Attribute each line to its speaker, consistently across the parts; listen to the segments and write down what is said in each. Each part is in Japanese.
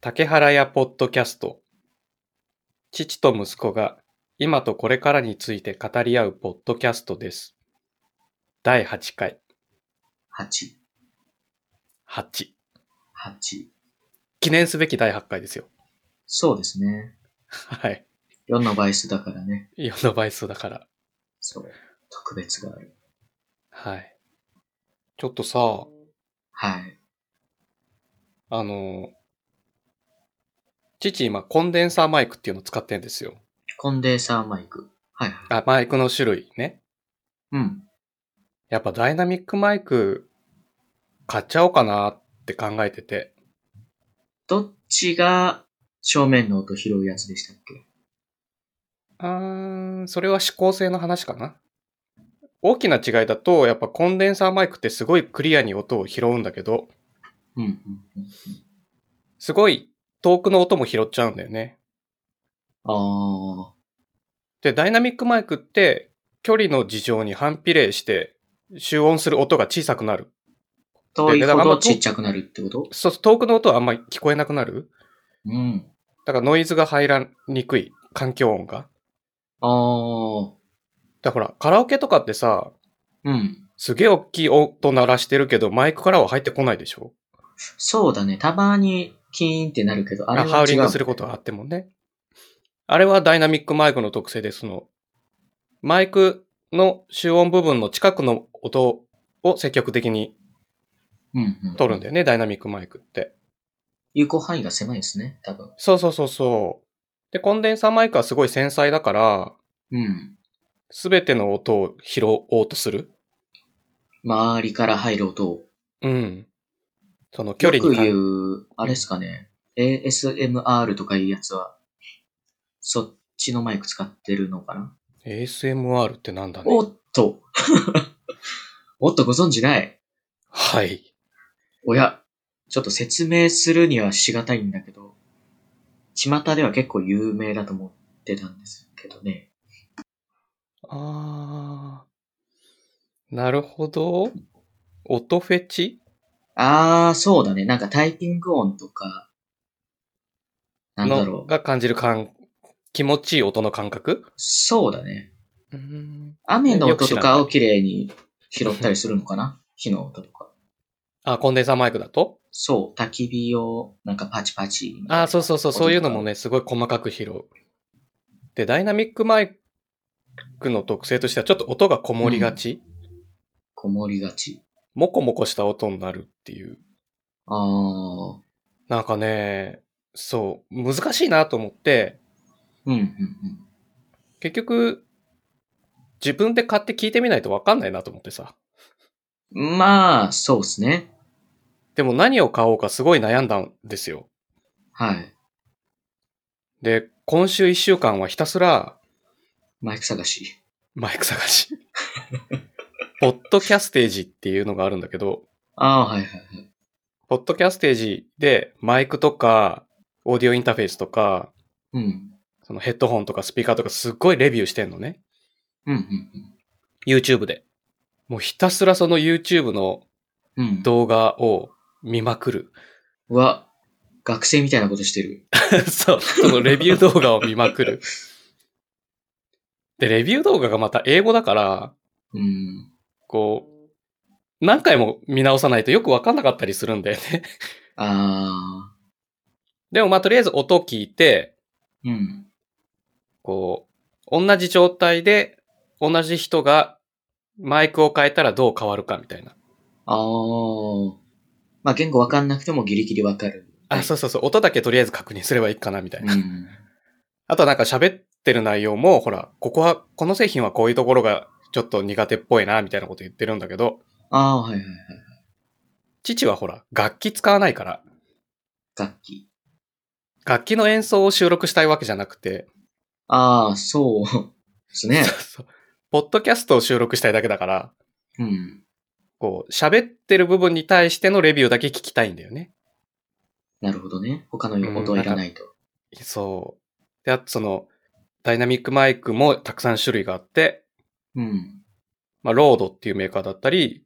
Speaker 1: 竹原屋ポッドキャスト父と息子が今とこれからについて語り合うポッドキャストです。第8回、
Speaker 2: 八、
Speaker 1: 8。
Speaker 2: 八。
Speaker 1: 記念すべき第8回ですよ。
Speaker 2: そうですね。
Speaker 1: はい。
Speaker 2: 4の倍数だからね。
Speaker 1: 4の倍数だから。
Speaker 2: そう。特別がある。
Speaker 1: はい。ちょっとさ、
Speaker 2: はい。
Speaker 1: あの、父今コンデンサーマイクっていうのを使ってんですよ。
Speaker 2: コンデンサーマイク。はい。
Speaker 1: あ、マイクの種類ね。
Speaker 2: うん。
Speaker 1: やっぱダイナミックマイク買っちゃおうかなって考えてて。
Speaker 2: どっちが正面の音拾うやつでしたっけ
Speaker 1: あーそれは指向性の話かな。大きな違いだと、やっぱコンデンサーマイクってすごいクリアに音を拾うんだけど、
Speaker 2: うん、うん、うん。
Speaker 1: すごい遠くの音も拾っちゃうんだよね。
Speaker 2: あ
Speaker 1: で、ダイナミックマイクって距離の事情に反比例して集音する音が小さくなる。
Speaker 2: ー。遠い
Speaker 1: だか
Speaker 2: ほ
Speaker 1: らあんま
Speaker 2: ど
Speaker 1: 遠く
Speaker 2: ちっちゃくなるってこと
Speaker 1: そう、遠くの音はあんまり聞こえなくなる。
Speaker 2: うん。
Speaker 1: だからノイズが入らにくい。環境音が。
Speaker 2: あー。
Speaker 1: だからカラオケとかってさ、
Speaker 2: うん。
Speaker 1: すげえ大きい音鳴らしてるけど、マイクからは入ってこないでしょ
Speaker 2: そうだね。たまにキーンってなるけど、あれ
Speaker 1: あ
Speaker 2: は違う。
Speaker 1: ハウリングすることはあってもね。あれはダイナミックマイクの特性で、その、マイクの集音部分の近くの音を積極的に
Speaker 2: うん、うん。
Speaker 1: 取るんだよね、ダイナミックマイクって。
Speaker 2: 有効範囲が狭いですね、多分。
Speaker 1: そうそうそうそう。で、コンデンサーマイクはすごい繊細だから、
Speaker 2: うん。
Speaker 1: すべての音を拾おうとする。
Speaker 2: 周りから入る音を
Speaker 1: うん。その距離に
Speaker 2: よく
Speaker 1: かん
Speaker 2: 言う、あれですかね、ASMR とかいうやつは、そっちのマイク使ってるのかな、
Speaker 1: ASMR ってなんだね
Speaker 2: お。っと おっとご存知ない
Speaker 1: はい。
Speaker 2: おや、ちょっと説明するにはしがたいんだけど、巷では結構有名だと思ってたんですけどね。
Speaker 1: あー。なるほど。音フェチ
Speaker 2: あー、そうだね。なんかタイピング音とか、なんだ
Speaker 1: の
Speaker 2: ろう。
Speaker 1: が感じる感、気持ちいい音の感覚
Speaker 2: そうだね。
Speaker 1: うん。
Speaker 2: 雨の
Speaker 1: よく
Speaker 2: 音
Speaker 1: 知
Speaker 2: と
Speaker 1: らない
Speaker 2: かを綺麗に拾ったりするのかな火の音とか。
Speaker 1: あ、コンデンサーマイクだと
Speaker 2: そう、焚き火を、なんかパチパチ。
Speaker 1: あ、そうそうそう、そういうのも。ね、すごい細かく拾う。で、ダイナミックマイクの特性としては、ちょっと音がこもりがち、
Speaker 2: こもりがち。
Speaker 1: もこもこした音になるっていう。
Speaker 2: ああ、
Speaker 1: なんかね、そう、難しいなと思って、
Speaker 2: うん、うん、うん。
Speaker 1: 結局、自分で買って聞いてみないとわかんないなと思ってさ。
Speaker 2: まあ、そうですね。
Speaker 1: でも何を買おうかすごい悩んだんですよ。
Speaker 2: はい。
Speaker 1: で、今週一週間はひたすら、
Speaker 2: マイク探し。
Speaker 1: マイク探し。ポッドキャステージっていうのがあるんだけど、
Speaker 2: ああ、はいはいはい。
Speaker 1: ポッドキャステージでマイクとか、オーディオインターフェースとか、
Speaker 2: うん。
Speaker 1: そのヘッドホンとかスピーカーとかすっごいレビューしてんのね。
Speaker 2: うん、うん、
Speaker 1: YouTube で。もうひたすらその YouTube の
Speaker 2: うん。うん。
Speaker 1: 動画を見まくる。
Speaker 2: うわ、学生みたいなことしてる。
Speaker 1: そう、そのレビュー動画を見まくる。で、レビュー動画がまた英語だから、
Speaker 2: うん。
Speaker 1: こう、何回も見直さないとよくわかんなかったりするんだよね。
Speaker 2: ああ、
Speaker 1: でもまあとりあえず音聞いて、
Speaker 2: うん。
Speaker 1: こう、同じ状態で同じ人がマイクを変えたらどう変わるかみたいな。
Speaker 2: ああ、まあ言語わかんなくてもギリギリわかる。
Speaker 1: あ、そうそうそう、音だけとりあえず確認すればいいかなみたいうな。
Speaker 2: ん。
Speaker 1: あとはなんか喋ってる内容も、ほら、ここは、この製品はこういうところがちょっと苦手っぽいなみたいなこと言ってるんだけど、
Speaker 2: ああ、はいはいはい。
Speaker 1: 父はほら、楽器使わないから、
Speaker 2: 楽器。
Speaker 1: 楽器の演奏を収録したいわけじゃなくて、
Speaker 2: ああ、そうで すね
Speaker 1: そ。うそうポッドキャストを収録したいだけだから、
Speaker 2: うん。
Speaker 1: こう、喋ってる部分に対してのレビューだけ聞きたいんだよね。
Speaker 2: なるほどね。他の音
Speaker 1: うん
Speaker 2: はいらないと。
Speaker 1: そう。で、あとその、ダイナミックマイクもたくさん種類があって、
Speaker 2: うん。
Speaker 1: まあ、ロードっていうメーカーだったり、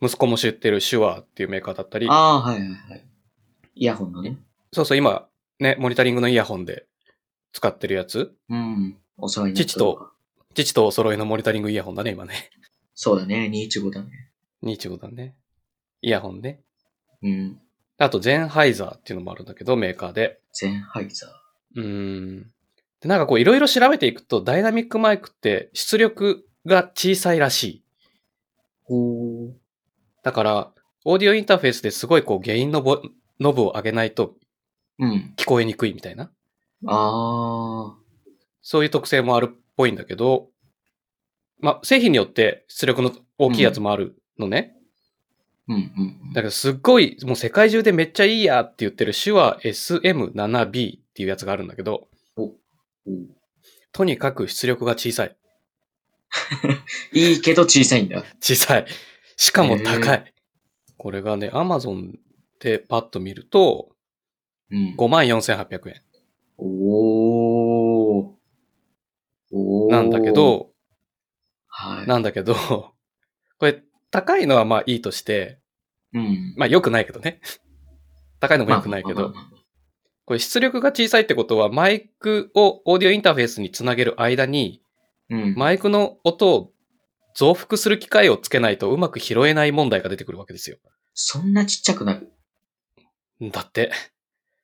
Speaker 1: 息子も知ってるシュワーっていうメーカーだったり、
Speaker 2: ああ、はいはいはい。イヤホンのね。
Speaker 1: そうそう、今、ね、モニタリングのイヤホンで使ってるやつ
Speaker 2: うん。お世話になった。
Speaker 1: 父と。父とお揃いのモニタリングイヤホンだね、今ね。
Speaker 2: そうだね、215だね。
Speaker 1: 25だね。イヤホンね。
Speaker 2: うん。
Speaker 1: あと、ゼンハイザーっていうのもあるんだけど、メーカーで。
Speaker 2: ゼンハイザー。
Speaker 1: うーん。で、なんかこういろいろ調べていくと、ダイナミックマイクって出力が小さいらしい。
Speaker 2: ほー。
Speaker 1: だから、オーディオインターフェースですごいこうゲインのボノブを上げないと
Speaker 2: うん。
Speaker 1: 聞こえにくいみたいな。
Speaker 2: あ
Speaker 1: そういう特性もあるっぽいんだけど、まあ、製品によって出力の大きいやつもあるのね。
Speaker 2: ー。うんうんうん。
Speaker 1: だけどすっごい、もう世界中でめっちゃいいやって言ってる手話 SM7B っていうやつがあるんだけど、
Speaker 2: ほう
Speaker 1: とにかく出力が小さい。
Speaker 2: いいけど小さいんだ。
Speaker 1: 小さい。しかも高
Speaker 2: へ
Speaker 1: い。これがね、アマゾンでパッと見ると、
Speaker 2: うん。
Speaker 1: 54,800円
Speaker 2: おー。おー。
Speaker 1: なんだけ、ど、
Speaker 2: はい。
Speaker 1: なんだけど、 これ高いのはまあいいとして、
Speaker 2: うん。
Speaker 1: まあ良くないけどね。 高いのも良くないけ
Speaker 2: まあ
Speaker 1: ど
Speaker 2: ま、あまあまあ
Speaker 1: これ出力が小さいってことはマイクをオーディオインターフェースにつなげる間に、
Speaker 2: うん。
Speaker 1: マイクの音を増幅する機械をつけないとうまく拾えない問題が出てくるわけですよ。
Speaker 2: そんなちっちゃくなる。
Speaker 1: だって。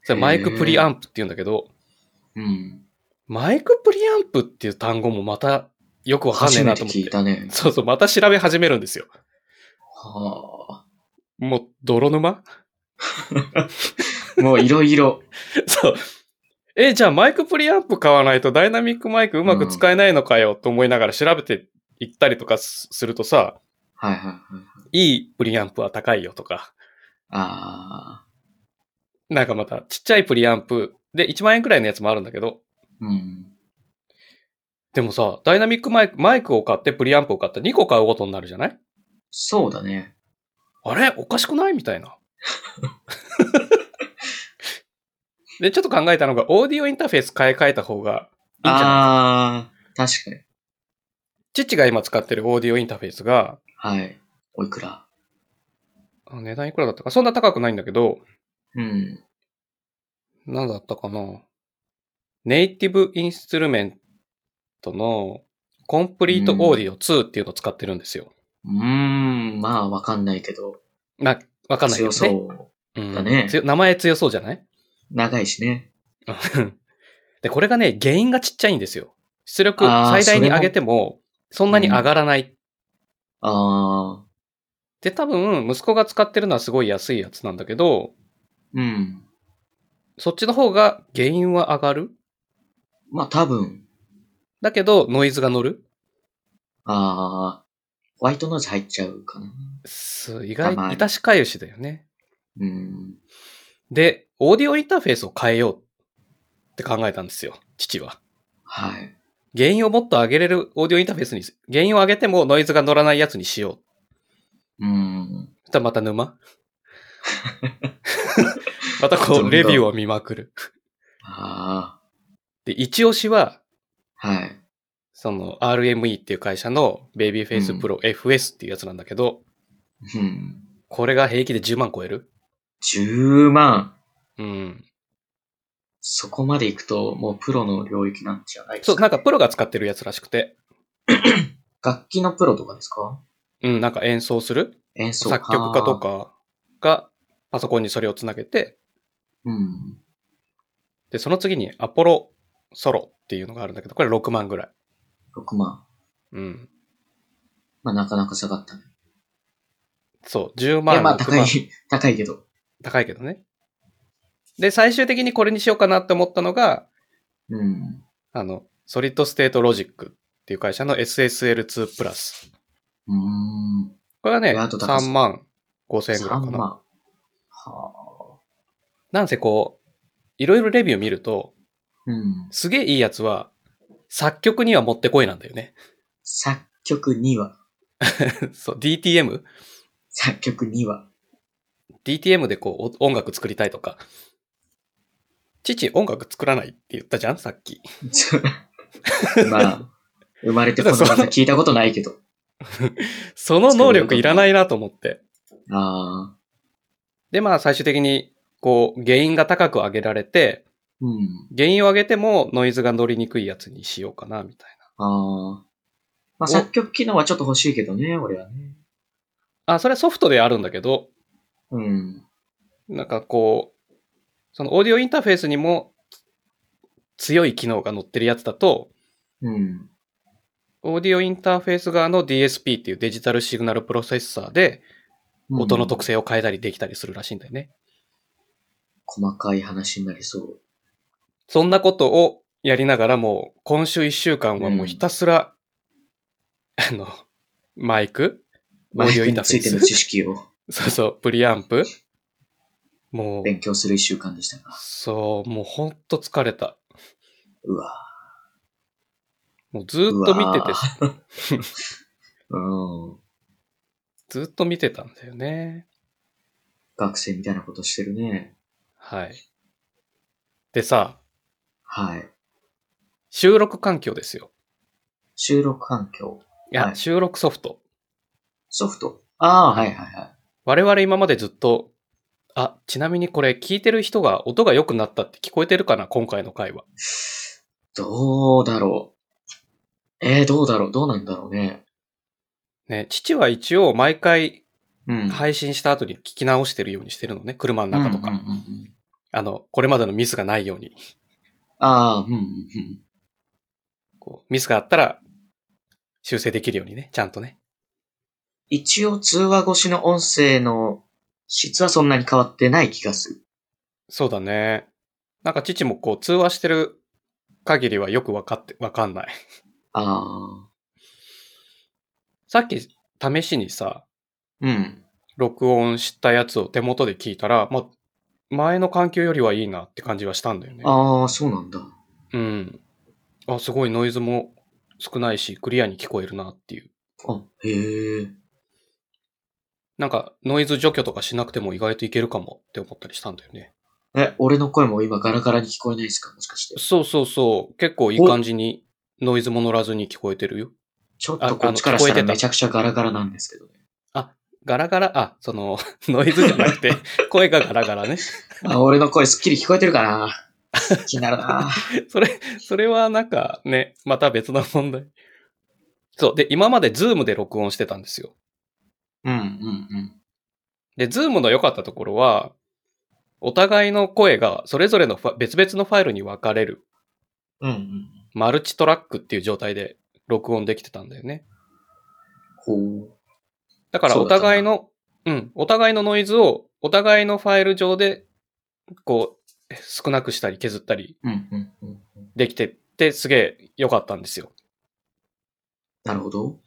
Speaker 1: それマイクプリアンプって言うんだけど、
Speaker 2: うん。
Speaker 1: マイクプリアンプっていう単語もまたよくわかんね
Speaker 2: 初
Speaker 1: え
Speaker 2: め
Speaker 1: な
Speaker 2: て
Speaker 1: と思っ
Speaker 2: 聞
Speaker 1: て。
Speaker 2: いたね。
Speaker 1: そうそう、また調べ始めるんですよ。
Speaker 2: は
Speaker 1: もう、泥沼
Speaker 2: あ。もういろいろ。
Speaker 1: そう。え、じゃあマイクプリアンプ買わないとダイナミックマイクうまく使えないのかよと思いながら調べていったりとかすするとさ、
Speaker 2: はいはいはい。
Speaker 1: いいプリアンプは高いよとか、
Speaker 2: ああ。
Speaker 1: なんかまたちっちゃいプリアンプで1万円くらいのやつもあるんだけど、
Speaker 2: うん。
Speaker 1: でもさ、ダイナミックマイク、マイクを買ってプリアンプを買って2個買うことになるじゃない
Speaker 2: そうだね。
Speaker 1: あれおかしくないみたいな。で、ちょっと考えたのが、オーディオインターフェース買い替えた方がいいんじゃない
Speaker 2: ああ。確かに。
Speaker 1: 父が今使ってるオーディオインターフェースが、
Speaker 2: はい。おいくら
Speaker 1: あ値段いくらだったか、そんな高くないんだけど、
Speaker 2: うん。
Speaker 1: なんだったかな。ネイティブインストゥルメントのコンプリートオーディオ2っていうのを使ってるんですよ。
Speaker 2: うーん。まあ、わかんないけど。
Speaker 1: まあ、わかんないけど
Speaker 2: 強
Speaker 1: ね。
Speaker 2: そう。
Speaker 1: うん
Speaker 2: だね
Speaker 1: 強名前強そうじゃない
Speaker 2: 長いしね。
Speaker 1: で、これがね、原因がちっちゃいんですよ。出力
Speaker 2: あー
Speaker 1: 最大に
Speaker 2: それも
Speaker 1: 上げても、そんなに上がらない。
Speaker 2: ああ。
Speaker 1: で、多分、息子が使ってるのはすごい安いやつなんだけど、
Speaker 2: うん。
Speaker 1: そっちの方が原因は上がる
Speaker 2: まあ、多分。
Speaker 1: だけど、ノイズが乗る
Speaker 2: ああ。ホワイトノイズ入っちゃうかな。
Speaker 1: す意外、
Speaker 2: 甘い
Speaker 1: いたしかゆしだよね。
Speaker 2: うん。
Speaker 1: で、オーディオインターフェースを変えようって考えたんですよ、父は。
Speaker 2: はい。
Speaker 1: 原因をもっと上げれるオーディオインターフェースに、原因を上げてもノイズが乗らないやつにしよう。
Speaker 2: うん。
Speaker 1: そしたらまた 沼またこ
Speaker 2: どんど
Speaker 1: う、
Speaker 2: ん
Speaker 1: レビューを見まくる。
Speaker 2: あ
Speaker 1: で、一押しは、
Speaker 2: あ。はい。
Speaker 1: その RME っていう会社のベイビーフェイス
Speaker 2: うん
Speaker 1: プロ FS っていうやつなんだけど、
Speaker 2: うん。
Speaker 1: これが平気で10万超える
Speaker 2: 10万。
Speaker 1: うん。
Speaker 2: そこまで行くと、もうプロの領域なんじゃないで
Speaker 1: そ
Speaker 2: す
Speaker 1: う、
Speaker 2: か。
Speaker 1: なんかプロが使ってるやつらしくて、
Speaker 2: 楽器のプロとかですか
Speaker 1: うん、なんか演奏する
Speaker 2: 演奏家。
Speaker 1: 作曲家と。かがパソコンにそれをつなげて、
Speaker 2: うん。
Speaker 1: で、その次にアポロソロっていうのがあるんだけど、これ6万ぐらい。
Speaker 2: 6万。
Speaker 1: うん。
Speaker 2: まあ、なかなか下がったね。
Speaker 1: そう、10
Speaker 2: い
Speaker 1: 万。
Speaker 2: や、まあ、
Speaker 1: 6
Speaker 2: 高い
Speaker 1: 万、
Speaker 2: 高いけど。
Speaker 1: 高いけどね。で、最終的にこれにしようかなって思ったのが、
Speaker 2: うん。
Speaker 1: あの、ソリッドステートロジックっていう会社の SSL2 プラス。
Speaker 2: うーん。
Speaker 1: これはね、
Speaker 2: うわあと高そう
Speaker 1: 3万5千円ぐらいか
Speaker 2: 3
Speaker 1: な。
Speaker 2: 万。はあ。
Speaker 1: なんせこう、いろいろレビュー見ると、
Speaker 2: うん。
Speaker 1: すげえいいやつは、作曲にはもってこいなんだよね。
Speaker 2: 作曲2は。
Speaker 1: そう、DTM?DTM
Speaker 2: 作曲2は。
Speaker 1: でこう、お音楽作りたいとか。父、音楽作らないって言ったじゃんさっき。
Speaker 2: ちょまあ、生まれてこの方聞いたことないけど。
Speaker 1: その能力いらないなと思って。
Speaker 2: ああ。
Speaker 1: で、まあ、最終的に、こう、原因が高く上げられて、
Speaker 2: うん。
Speaker 1: 原因を上げてもノイズが乗りにくいやつにしようかな、みたい
Speaker 2: ああ。ま
Speaker 1: お
Speaker 2: あ、作曲機能はちょっと欲しいけどね、俺はね。
Speaker 1: な。あ、それはソフトであるんだけど、
Speaker 2: うん。
Speaker 1: なんかこう、そのオーディオインターフェースにも強い機能が乗ってるやつだと、
Speaker 2: うん。
Speaker 1: オーディオインターフェース側の DSP っていうデジタルシグナルプロセッサーで音の特
Speaker 2: 性。
Speaker 1: 性を変えたりできたりするらしいんだよね。
Speaker 2: 細かい話になりそう。
Speaker 1: そんなことをやりながらもう今週1週間はもうひたすら、あの、マイクオー
Speaker 2: マ
Speaker 1: デ
Speaker 2: イ
Speaker 1: ィオ
Speaker 2: ク
Speaker 1: インタ
Speaker 2: に
Speaker 1: ー
Speaker 2: つ
Speaker 1: フェ
Speaker 2: いて
Speaker 1: ー
Speaker 2: の
Speaker 1: ス
Speaker 2: 知識を
Speaker 1: そうそう、プリアンプもう、
Speaker 2: 勉強する一週間でしたが。
Speaker 1: そう、もうほんと疲れた。
Speaker 2: うわ
Speaker 1: もうずーっと見てて
Speaker 2: うわ、うん。
Speaker 1: ずーっと見てたんだよね。
Speaker 2: 学生みたいなことしてるね。
Speaker 1: はい。でさ、
Speaker 2: はい。
Speaker 1: 収録環境ですよ。
Speaker 2: 収録環境。
Speaker 1: いや、
Speaker 2: はい
Speaker 1: 収録ソフト。
Speaker 2: ソフト。ああ、はいはいはい。
Speaker 1: 我々今までずっと、あ、ちなみにこれ聞いてる人が音が良くなったって聞こえてるかな今回の回は。
Speaker 2: どうだろう。えー、どうだろう。どうなんだろうね。
Speaker 1: ね、父は一応毎回
Speaker 2: うん。い。
Speaker 1: 配信した後に聞き直してるようにしてるのね。車の
Speaker 2: なん
Speaker 1: 中
Speaker 2: か
Speaker 1: と
Speaker 2: と
Speaker 1: か。
Speaker 2: か。うんうんうん
Speaker 1: あの、これまでのミスがないように。
Speaker 2: ああ、うんうんうん。
Speaker 1: こうミスがあったら修正できるようにね。ちゃんとね。
Speaker 2: 一応通話越しの音声の質はそんなに変わってない気がする。
Speaker 1: そうだね。なんか父もこう通話してる限りはよくわかって、わかんない。
Speaker 2: ああ。
Speaker 1: さっき試しにさ、
Speaker 2: うん。
Speaker 1: 録音したやつを手元で聞いたら、まあ、前の環境よりはいいなって感じはしたんだよね。
Speaker 2: ああ、そうなんだ。
Speaker 1: うん。あ、すごいノイズも少ないし、クリアに聞こえるなっていう。
Speaker 2: あ、へえ。
Speaker 1: なんか、ノイズ除去とかしなくても意外といけるかもって思ったりしたんだよね。
Speaker 2: え、俺の声も今ガラガラに聞こえないですかもしかして。
Speaker 1: そうそうそう。結構いい感じにノイズも乗らずに聞こえてるよ。
Speaker 2: ちょっ
Speaker 1: ああ
Speaker 2: と
Speaker 1: の
Speaker 2: こっちからし
Speaker 1: 聞こ
Speaker 2: た
Speaker 1: え
Speaker 2: ら
Speaker 1: てた
Speaker 2: めちゃくちゃガラガラなんですけどね。
Speaker 1: ガラガラ、あ、その、 ノイズじゃなく て、声がガラガラね。
Speaker 2: あ、俺の声すっきり聞こえてるかな気になるな
Speaker 1: それ、それはなんかね、また別の問題。そう。で、今までズームで録音してたんですよ。
Speaker 2: うんうんうん。
Speaker 1: で、ズームの良かったところは、お互いの声がそれぞれのファ別々のファイルに分かれる、
Speaker 2: うんうん。
Speaker 1: マルチトラックっていう状態で録音できてたんだよね。
Speaker 2: ほう。
Speaker 1: だから
Speaker 2: そ
Speaker 1: お
Speaker 2: うだったな
Speaker 1: 互いの、うん、お互いのノイズをお互いのファイル上で、こう、少なくしたり削ったり
Speaker 2: うんうんうん。
Speaker 1: できてってすげえ良かったんですよ。
Speaker 2: なるほど。
Speaker 1: だか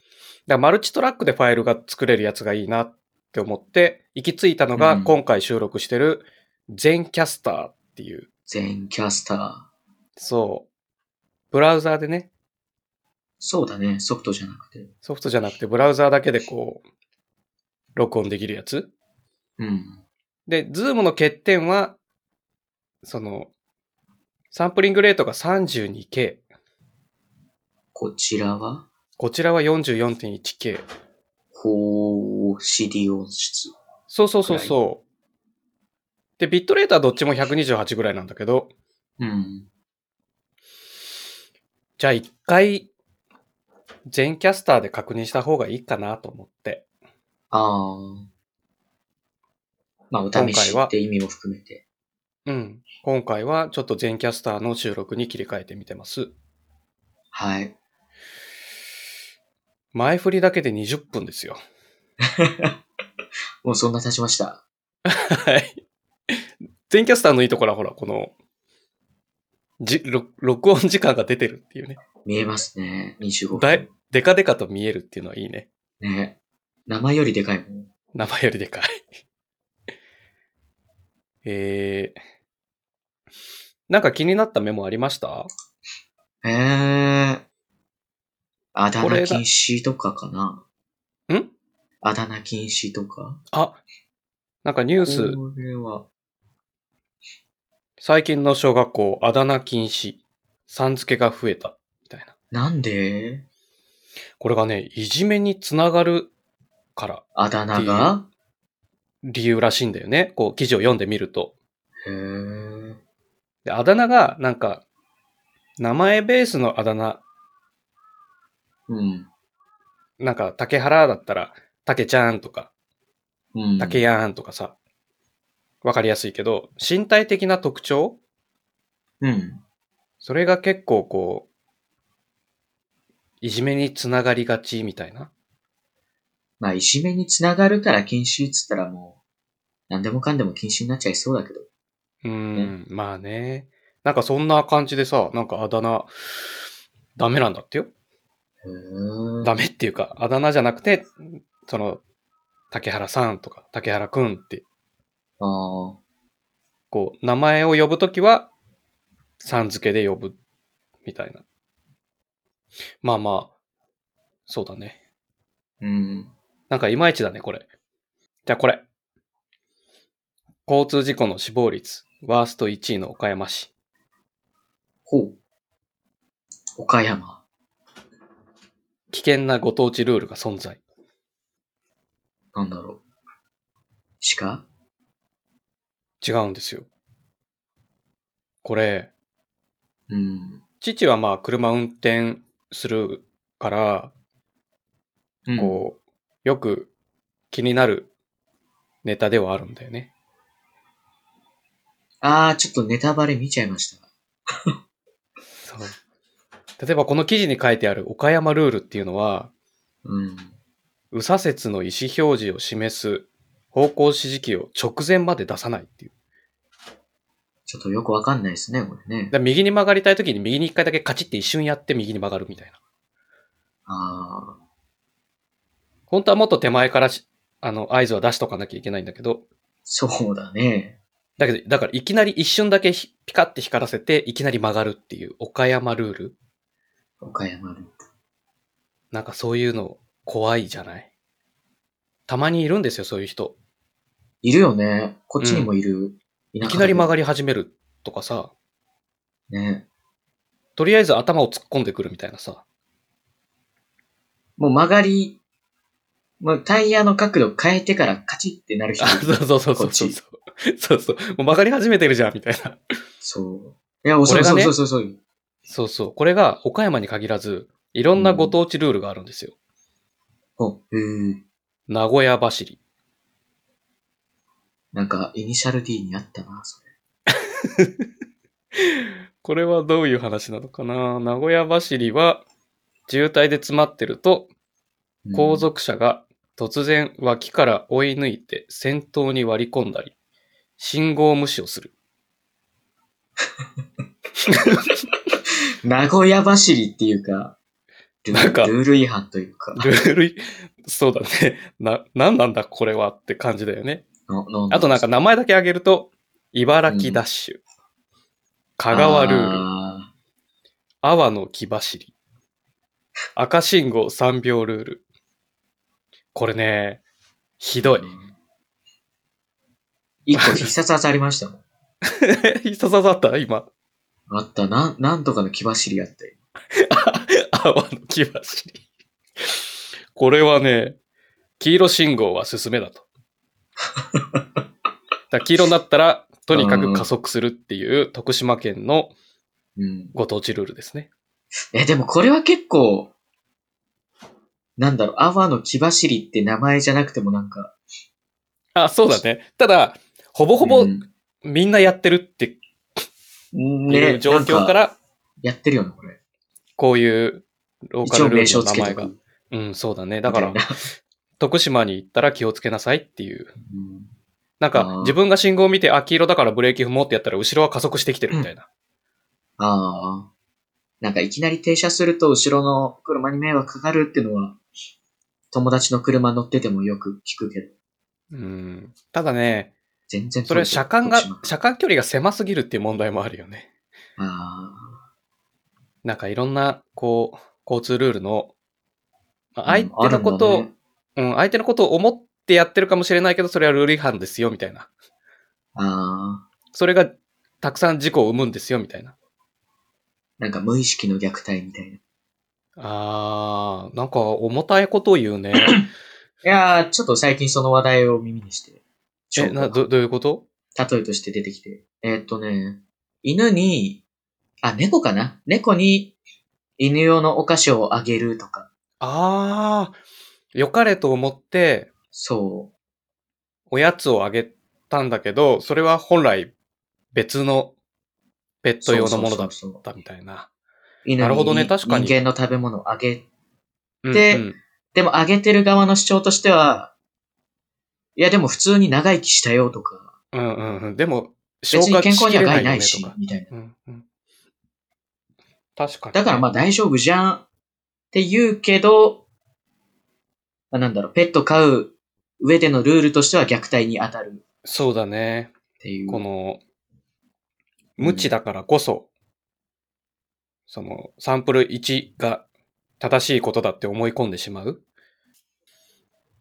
Speaker 1: らマルチトラックでファイルが作れるやつがいいなって思って、行き着いたのが
Speaker 2: うん
Speaker 1: 今回収録してる全キャスターっていう、
Speaker 2: 全キャスター。
Speaker 1: そう、ブラウザーでね、
Speaker 2: そうだね、ソフトじゃなくて。
Speaker 1: ソフトじゃなくて、ブラウザーだけでこう、録音できるやつ。
Speaker 2: うん。
Speaker 1: で、ズームの欠点は、その、サンプリングレートが 32K。
Speaker 2: こちらは、
Speaker 1: こちらは 44.1K。
Speaker 2: ほう、CD 音質。
Speaker 1: そうそうそうそう。で、ビットレートはどっちも128ぐらいなんだけど、
Speaker 2: うん。
Speaker 1: じゃあ一回、全キャスターで確認した方がいいかなと思って。
Speaker 2: あー。まあ、お試し
Speaker 1: 今回は
Speaker 2: って意味も含めて。
Speaker 1: うん。今回はちょっと全キャスターの収録に切り替えてみてます。
Speaker 2: はい。
Speaker 1: 前振りだけで20分ですよ。
Speaker 2: もうそんな経ちました。
Speaker 1: はい。全キャスターのいいところはほら、この、じ、録録音時間が出てるっていうね。
Speaker 2: 見えますね。25
Speaker 1: だい
Speaker 2: 分。
Speaker 1: デカデカと見えるっていうのはいいね。
Speaker 2: ね。名前よりでかいもん。
Speaker 1: 名前よりでかい。えー、なんか気になったメモありました
Speaker 2: へえ。あだ
Speaker 1: これ
Speaker 2: 名
Speaker 1: だ
Speaker 2: 禁止とかかな。
Speaker 1: ん
Speaker 2: あだ名禁止とか。
Speaker 1: あ、なんかニュース、
Speaker 2: これは。
Speaker 1: 最近の小学校、あだ名禁止、さん付けが増えた、みたいな。
Speaker 2: なんで
Speaker 1: これがね、いじめにつながるから
Speaker 2: あだ名が
Speaker 1: 理由らしいんだよね。こう、記事を読んでみると。
Speaker 2: へえ。
Speaker 1: で、あだ名が、なんか、名前ベースのあだ名、
Speaker 2: うん。
Speaker 1: なんか、竹原だったら、竹ちゃんとか、
Speaker 2: うん。
Speaker 1: 竹やんとかさ、わかりやすいけど、身体的な特徴
Speaker 2: うん。
Speaker 1: それが結構こう、いじめにつながりがちみたいな。
Speaker 2: まあ、いじめにつながるから禁止っつったらもう、何でもかんでも禁止になっちゃいそうだけど。
Speaker 1: うーん、まあね。なんかそんな感じでさ、なんかあだ名、ダメなんだってよ。
Speaker 2: うーん。
Speaker 1: ダメっていうか、あだ名じゃなくて、その、竹原さんとか、竹原くんって、
Speaker 2: あー
Speaker 1: こう、名前を呼ぶときは、さん付けで呼ぶ、みたいな。まあまあ、そうだね。
Speaker 2: うん。
Speaker 1: なんかいまいちだね、これ。じゃあこれ。交通事故の死亡率、ワースト1位の岡山市。
Speaker 2: ほう。岡山。
Speaker 1: 危険なご当地ルールが存在。
Speaker 2: なんだろう。鹿
Speaker 1: 違うんですよ。これ、
Speaker 2: うん。
Speaker 1: 父はまあ車運転するから、
Speaker 2: うん
Speaker 1: こう、よく気になるネタではあるんだよね。
Speaker 2: あー、ちょっとネタバレ見ちゃいました。
Speaker 1: そう。例えばこの記事に書いてある岡山ルールっていうのは、
Speaker 2: うん。
Speaker 1: 右左折の意思表示を示す方向指示器を直前まで出さないっていう。
Speaker 2: ちょっとよくわかんないですね、これね
Speaker 1: だか。ら右に曲がりたい時に右に一回だけカチッて一瞬やって右に曲がるみたいな。
Speaker 2: あー。
Speaker 1: 本当はもっと手前からしあの合図は出しとかなきゃいけないんだけど、
Speaker 2: そうだね。
Speaker 1: だけど、だからいきなり一瞬だけひピカって光らせていきなり曲がるっていう岡山ルール。
Speaker 2: 岡山ルール。
Speaker 1: なんかそういうの怖いじゃないたまにいるんですよ、そういう人。
Speaker 2: いるよね。こっちにもいる。い
Speaker 1: いきなり曲
Speaker 2: が
Speaker 1: がり始めるとかさ、
Speaker 2: ね。
Speaker 1: とりあえず頭を突っ込んでくるみたいな さ。
Speaker 2: もう曲がり、もうタイヤの角度変えてからカチってなる人
Speaker 1: あ、
Speaker 2: い
Speaker 1: そう
Speaker 2: る。
Speaker 1: そうそうそ
Speaker 2: こ
Speaker 1: う
Speaker 2: っ
Speaker 1: そ
Speaker 2: ち
Speaker 1: う。そう そう。もう曲がり始めてるじゃん、みたいな。
Speaker 2: そう。いや、遅
Speaker 1: これ
Speaker 2: い、
Speaker 1: が
Speaker 2: そう
Speaker 1: ね
Speaker 2: そうそうそう。
Speaker 1: そうそう。これが岡山に限らず、いろんなご当地ルールがあるんですよ。
Speaker 2: お、えー、
Speaker 1: 名古屋走り。
Speaker 2: なんか、イニシャル D にあったな、それ。
Speaker 1: これはどういう話なのかな名古屋走りは、渋滞で詰まってると、
Speaker 2: うん
Speaker 1: 後。続車が突然脇から追い抜いて先頭に割り込んだり、信号無視を する。
Speaker 2: 名古屋走りっていうか、ル
Speaker 1: なんか
Speaker 2: ルール違反というか。
Speaker 1: ルール、そうだね。な、なんなんだこれはって感じだよね。
Speaker 2: のの
Speaker 1: あとなんか名前だけ挙げると、茨城ダッシュ、香川ルール、
Speaker 2: あ
Speaker 1: 阿波の木走り。赤信号3秒ルール。これね、ひどい
Speaker 2: ー。 一個必殺技ありましたもん。
Speaker 1: ひさささった今。
Speaker 2: あった、なん、なんとかの木走りあったよ。
Speaker 1: 阿波の木走り。これはね、黄色信号は進めだと。だから黄色になったら、とにかく加速するっていう徳島県の
Speaker 2: うん。
Speaker 1: ご当地ルールですね。
Speaker 2: え、でもこれは結構、なんだろう、アワの木走りって名前じゃなくてもなんか、
Speaker 1: あ、そうだね。ただ、ほぼほぼ
Speaker 2: うん
Speaker 1: みんなやってるってい
Speaker 2: ね、
Speaker 1: う状況か、
Speaker 2: なんからやってるよね、これ。
Speaker 1: こういうローカ
Speaker 2: 一応
Speaker 1: ルル
Speaker 2: 名
Speaker 1: ー
Speaker 2: 称
Speaker 1: ル
Speaker 2: つ
Speaker 1: の
Speaker 2: け
Speaker 1: 名
Speaker 2: て
Speaker 1: 前
Speaker 2: く
Speaker 1: が
Speaker 2: み。
Speaker 1: うん、そうだね。
Speaker 2: た
Speaker 1: だ
Speaker 2: い
Speaker 1: か
Speaker 2: な
Speaker 1: ら、徳島に行ったら気をつけなさいっていう。
Speaker 2: うん
Speaker 1: なん
Speaker 2: あ
Speaker 1: か
Speaker 2: ー、
Speaker 1: 自分が信号を見て、あ、黄色だからブレーキ踏もうってやったら、後ろは加速してきてるみたいな。
Speaker 2: ああ。なんかいきなり停車すると後ろの車に迷惑かかるっていうのは、友達の車乗っててもよく聞くけど、
Speaker 1: うん。ただね、
Speaker 2: 全然
Speaker 1: それは車間が
Speaker 2: 遠いよ、徳島
Speaker 1: 車間距離が狭すぎるっていう問題もあるよね。
Speaker 2: あ
Speaker 1: なんかいろんな、こう、交通ルールの、まあ
Speaker 2: あ。うん
Speaker 1: 相手のことを、
Speaker 2: あるんだね
Speaker 1: うん、相手のことを思ってやってるかもしれないけど、それはルール違反ですよ、みたいな。
Speaker 2: ああ。
Speaker 1: それが、たくさん事故を生むんですよ、みたいな。
Speaker 2: なんか無意識の虐待みたいな。
Speaker 1: あー、なんか重たいことを言う ね。
Speaker 2: いやー、ちょっと最近その話題を耳にして、
Speaker 1: え、な、ど、どういうこと
Speaker 2: 例えとして出てきて。えーっとね、犬に、あ、猫かな猫に犬用のお菓子をあげるとか。
Speaker 1: ああ、良かれと思って、
Speaker 2: そ
Speaker 1: おやつをあげたんだけど、それは本来別のペッ
Speaker 2: う。
Speaker 1: ト用のものだっ
Speaker 2: そうそうそうそう
Speaker 1: たみたいな。
Speaker 2: 犬に
Speaker 1: なるほどね確かに
Speaker 2: 人間の食べ物をあげ、
Speaker 1: でうんうん
Speaker 2: でもあげてる側の主張としては、いやでも普通に長生きしたよとか、
Speaker 1: うんうんうん。でも、消
Speaker 2: 別に
Speaker 1: 化
Speaker 2: 健
Speaker 1: し
Speaker 2: 康
Speaker 1: き
Speaker 2: には
Speaker 1: れない
Speaker 2: 害
Speaker 1: よ
Speaker 2: な
Speaker 1: ね
Speaker 2: いし
Speaker 1: とか、。
Speaker 2: みたいな。
Speaker 1: うんうん、確かに。
Speaker 2: だからまあ大丈夫じゃんって言うけど、まあなんだろう、ペット飼う上でのルールとしては虐待に当たるっ
Speaker 1: そうだね。
Speaker 2: ていう。
Speaker 1: この、無知だからこそ、その、サンプル1が正しいことだって思い込んでしまう。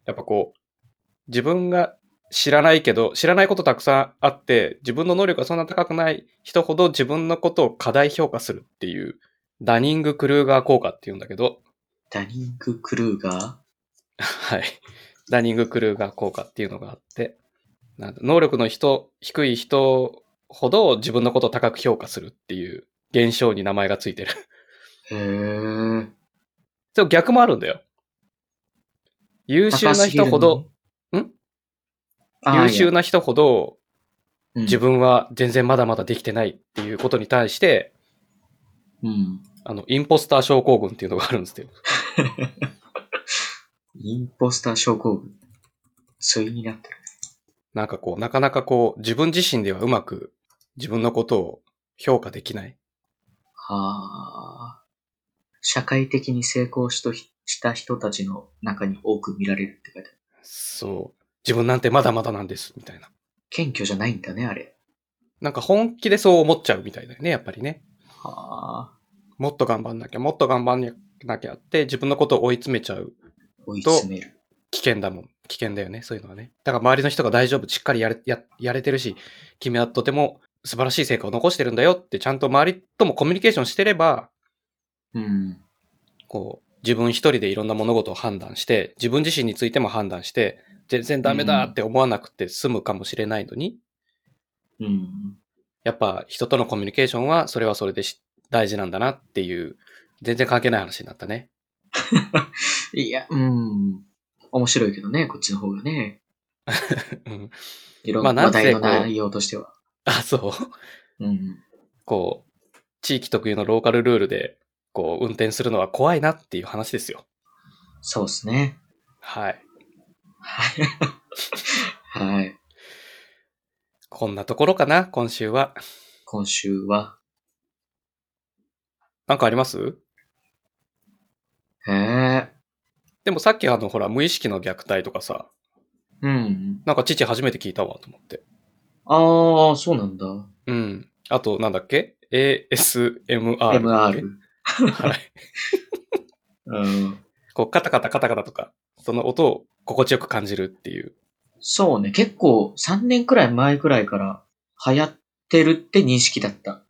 Speaker 1: やっぱこう、自分が知らないけど、知らないことたくさんあって、自分の能力がそんな高くない人ほど自分のことを過大評価するっていう、ダニング・クルーガー効果って言うんだけど、
Speaker 2: ダニング・クルーガ ー
Speaker 1: はい。ダニング・クルーガー効果っていうのがあって、なんだ能力の人、低い人ほど自分のことを高く評価するっていう現象に名前がついてる。
Speaker 2: へー。
Speaker 1: でも逆もあるんだよ。優秀な人ほど、ん優秀
Speaker 2: な
Speaker 1: な人ほど自
Speaker 2: 自分。
Speaker 1: 分は全然まだまだできてないっていうことに対して、
Speaker 2: うん。
Speaker 1: あの、インポスター症候群っていうのがあるんですよ。
Speaker 2: インポスター症候群。ついになってる。
Speaker 1: なんかこう、なかなかこう、自分自身ではうまく自分のことを評価できない。
Speaker 2: はあ。社会的に成功しとひした人たちの中に多く見られるって書いてある。
Speaker 1: そう。自分なんてまだまだなんです、みたいな。
Speaker 2: 謙虚じゃないんだね、あれ。
Speaker 1: なんか本気でそう思っちゃうみたいだよね、やっぱりね。
Speaker 2: はあ。
Speaker 1: もっと頑張んなきゃ、もっと頑張んなきゃって自分のことを追い詰めちゃう
Speaker 2: 追い詰める。
Speaker 1: 危険だもん。危険だよね、そういうのはね。だから周りの人が大丈夫、しっかりやれややれてるし、君はとても素晴らしい成果を残してるんだよってちゃんと周りともコミュニケーションしてれば、
Speaker 2: うん。
Speaker 1: こう、自分一人でいろんな物事を判断して、自分自身についても判断して、全然ダメだって思わなくて済むかもしれないのに、
Speaker 2: うん。
Speaker 1: やっぱ人とのコミュニケーションはそれはそれでし大事なんだなっていう、全然関係ない話になったね。
Speaker 2: いや、うん。面白いけどね、こっちの方がね。
Speaker 1: うん。
Speaker 2: いろん
Speaker 1: まあ
Speaker 2: な
Speaker 1: なん
Speaker 2: 話
Speaker 1: せ
Speaker 2: 題の
Speaker 1: こう
Speaker 2: 内容としては。
Speaker 1: あ、そう。
Speaker 2: うん。
Speaker 1: こう、地域特有のローカルルールで、こう、運転するのは怖いなっていう話ですよ。
Speaker 2: そうですね。
Speaker 1: はい。
Speaker 2: はい。はい。
Speaker 1: こんなところかな、今週は。
Speaker 2: 今週は。
Speaker 1: なんかあります
Speaker 2: へえ。
Speaker 1: でもさっきあの、ほら、無意識の虐待とかさ、
Speaker 2: うん。
Speaker 1: なんか父初めて聞いたわと思って。
Speaker 2: ああ、そうなんだ。
Speaker 1: うん。あと、なんだっけ ?ASMR だっけ。
Speaker 2: MR。
Speaker 1: はい。
Speaker 2: うん。
Speaker 1: こう、カタカタカタカタとか、その音を心地よく感じるっていう。
Speaker 2: そうね。結構3年くらい前くらいから流行ってるって認識だった。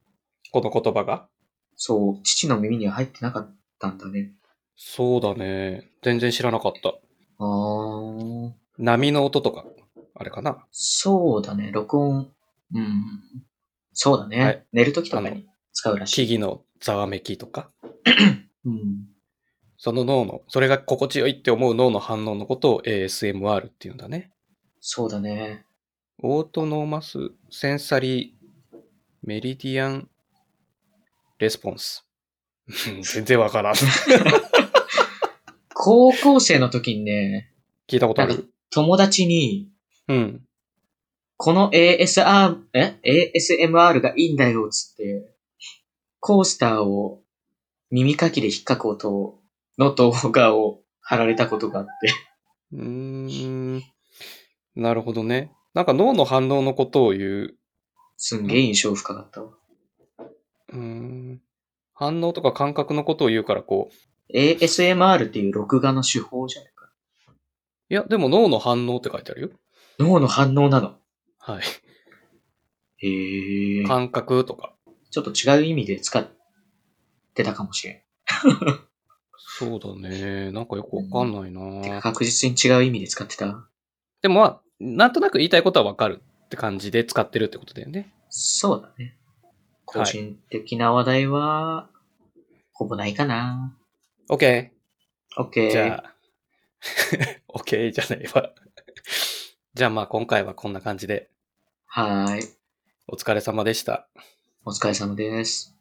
Speaker 1: この言葉が
Speaker 2: そう。父の耳には入ってなかったんだね。
Speaker 1: そうだね。全然知らなかった。
Speaker 2: ああ。
Speaker 1: 波の音とか、あれかな
Speaker 2: そうだね。録音。うん。そうだね。
Speaker 1: はい
Speaker 2: 寝るときとか
Speaker 1: あの
Speaker 2: に使うらしい。
Speaker 1: 木々のざわめきとか、
Speaker 2: うん。
Speaker 1: その脳の、それが心地よいって思う脳の反応のことを ASMR っていうんだね。
Speaker 2: そうだね。
Speaker 1: オートノーマスセンサリーメリディアンレスポンス。うん全然わからん。
Speaker 2: 高校生の時にね、
Speaker 1: 聞いたことあ
Speaker 2: なん
Speaker 1: る
Speaker 2: 友達に、
Speaker 1: うん。
Speaker 2: この ASR、え ?ASMR がいいんだよ、つって、コースターを耳かきで引っかく音の動画を貼られたこと があって。
Speaker 1: うーん。なるほどね。なんか脳の反応のことを言う
Speaker 2: すんげえ印象深かったわ。
Speaker 1: うーん反応とか感覚のことを言うからこう、
Speaker 2: ASMR っていう録画の手法じゃないか。
Speaker 1: いや、でも脳の反応って書いてあるよ。
Speaker 2: 脳の反応なの。
Speaker 1: はい。
Speaker 2: へえ。
Speaker 1: 感覚とか。
Speaker 2: ちょっと違う意味で使ってたかもしれん。
Speaker 1: そうだね。なんかよくわかんない
Speaker 2: てか
Speaker 1: な
Speaker 2: 確実に違う意味で使ってた。
Speaker 1: でもまあ、なんとなく言いたいことはわかるって感じで使ってるってことだよね。
Speaker 2: そうだね。個人的な話題は、ほぼないかな。
Speaker 1: OK!
Speaker 2: オッケー。
Speaker 1: じゃあ、OK じゃないわ。 じゃあまあ今回はこんな感じで
Speaker 2: はーい。
Speaker 1: お疲れ様でした。
Speaker 2: お疲れ様です。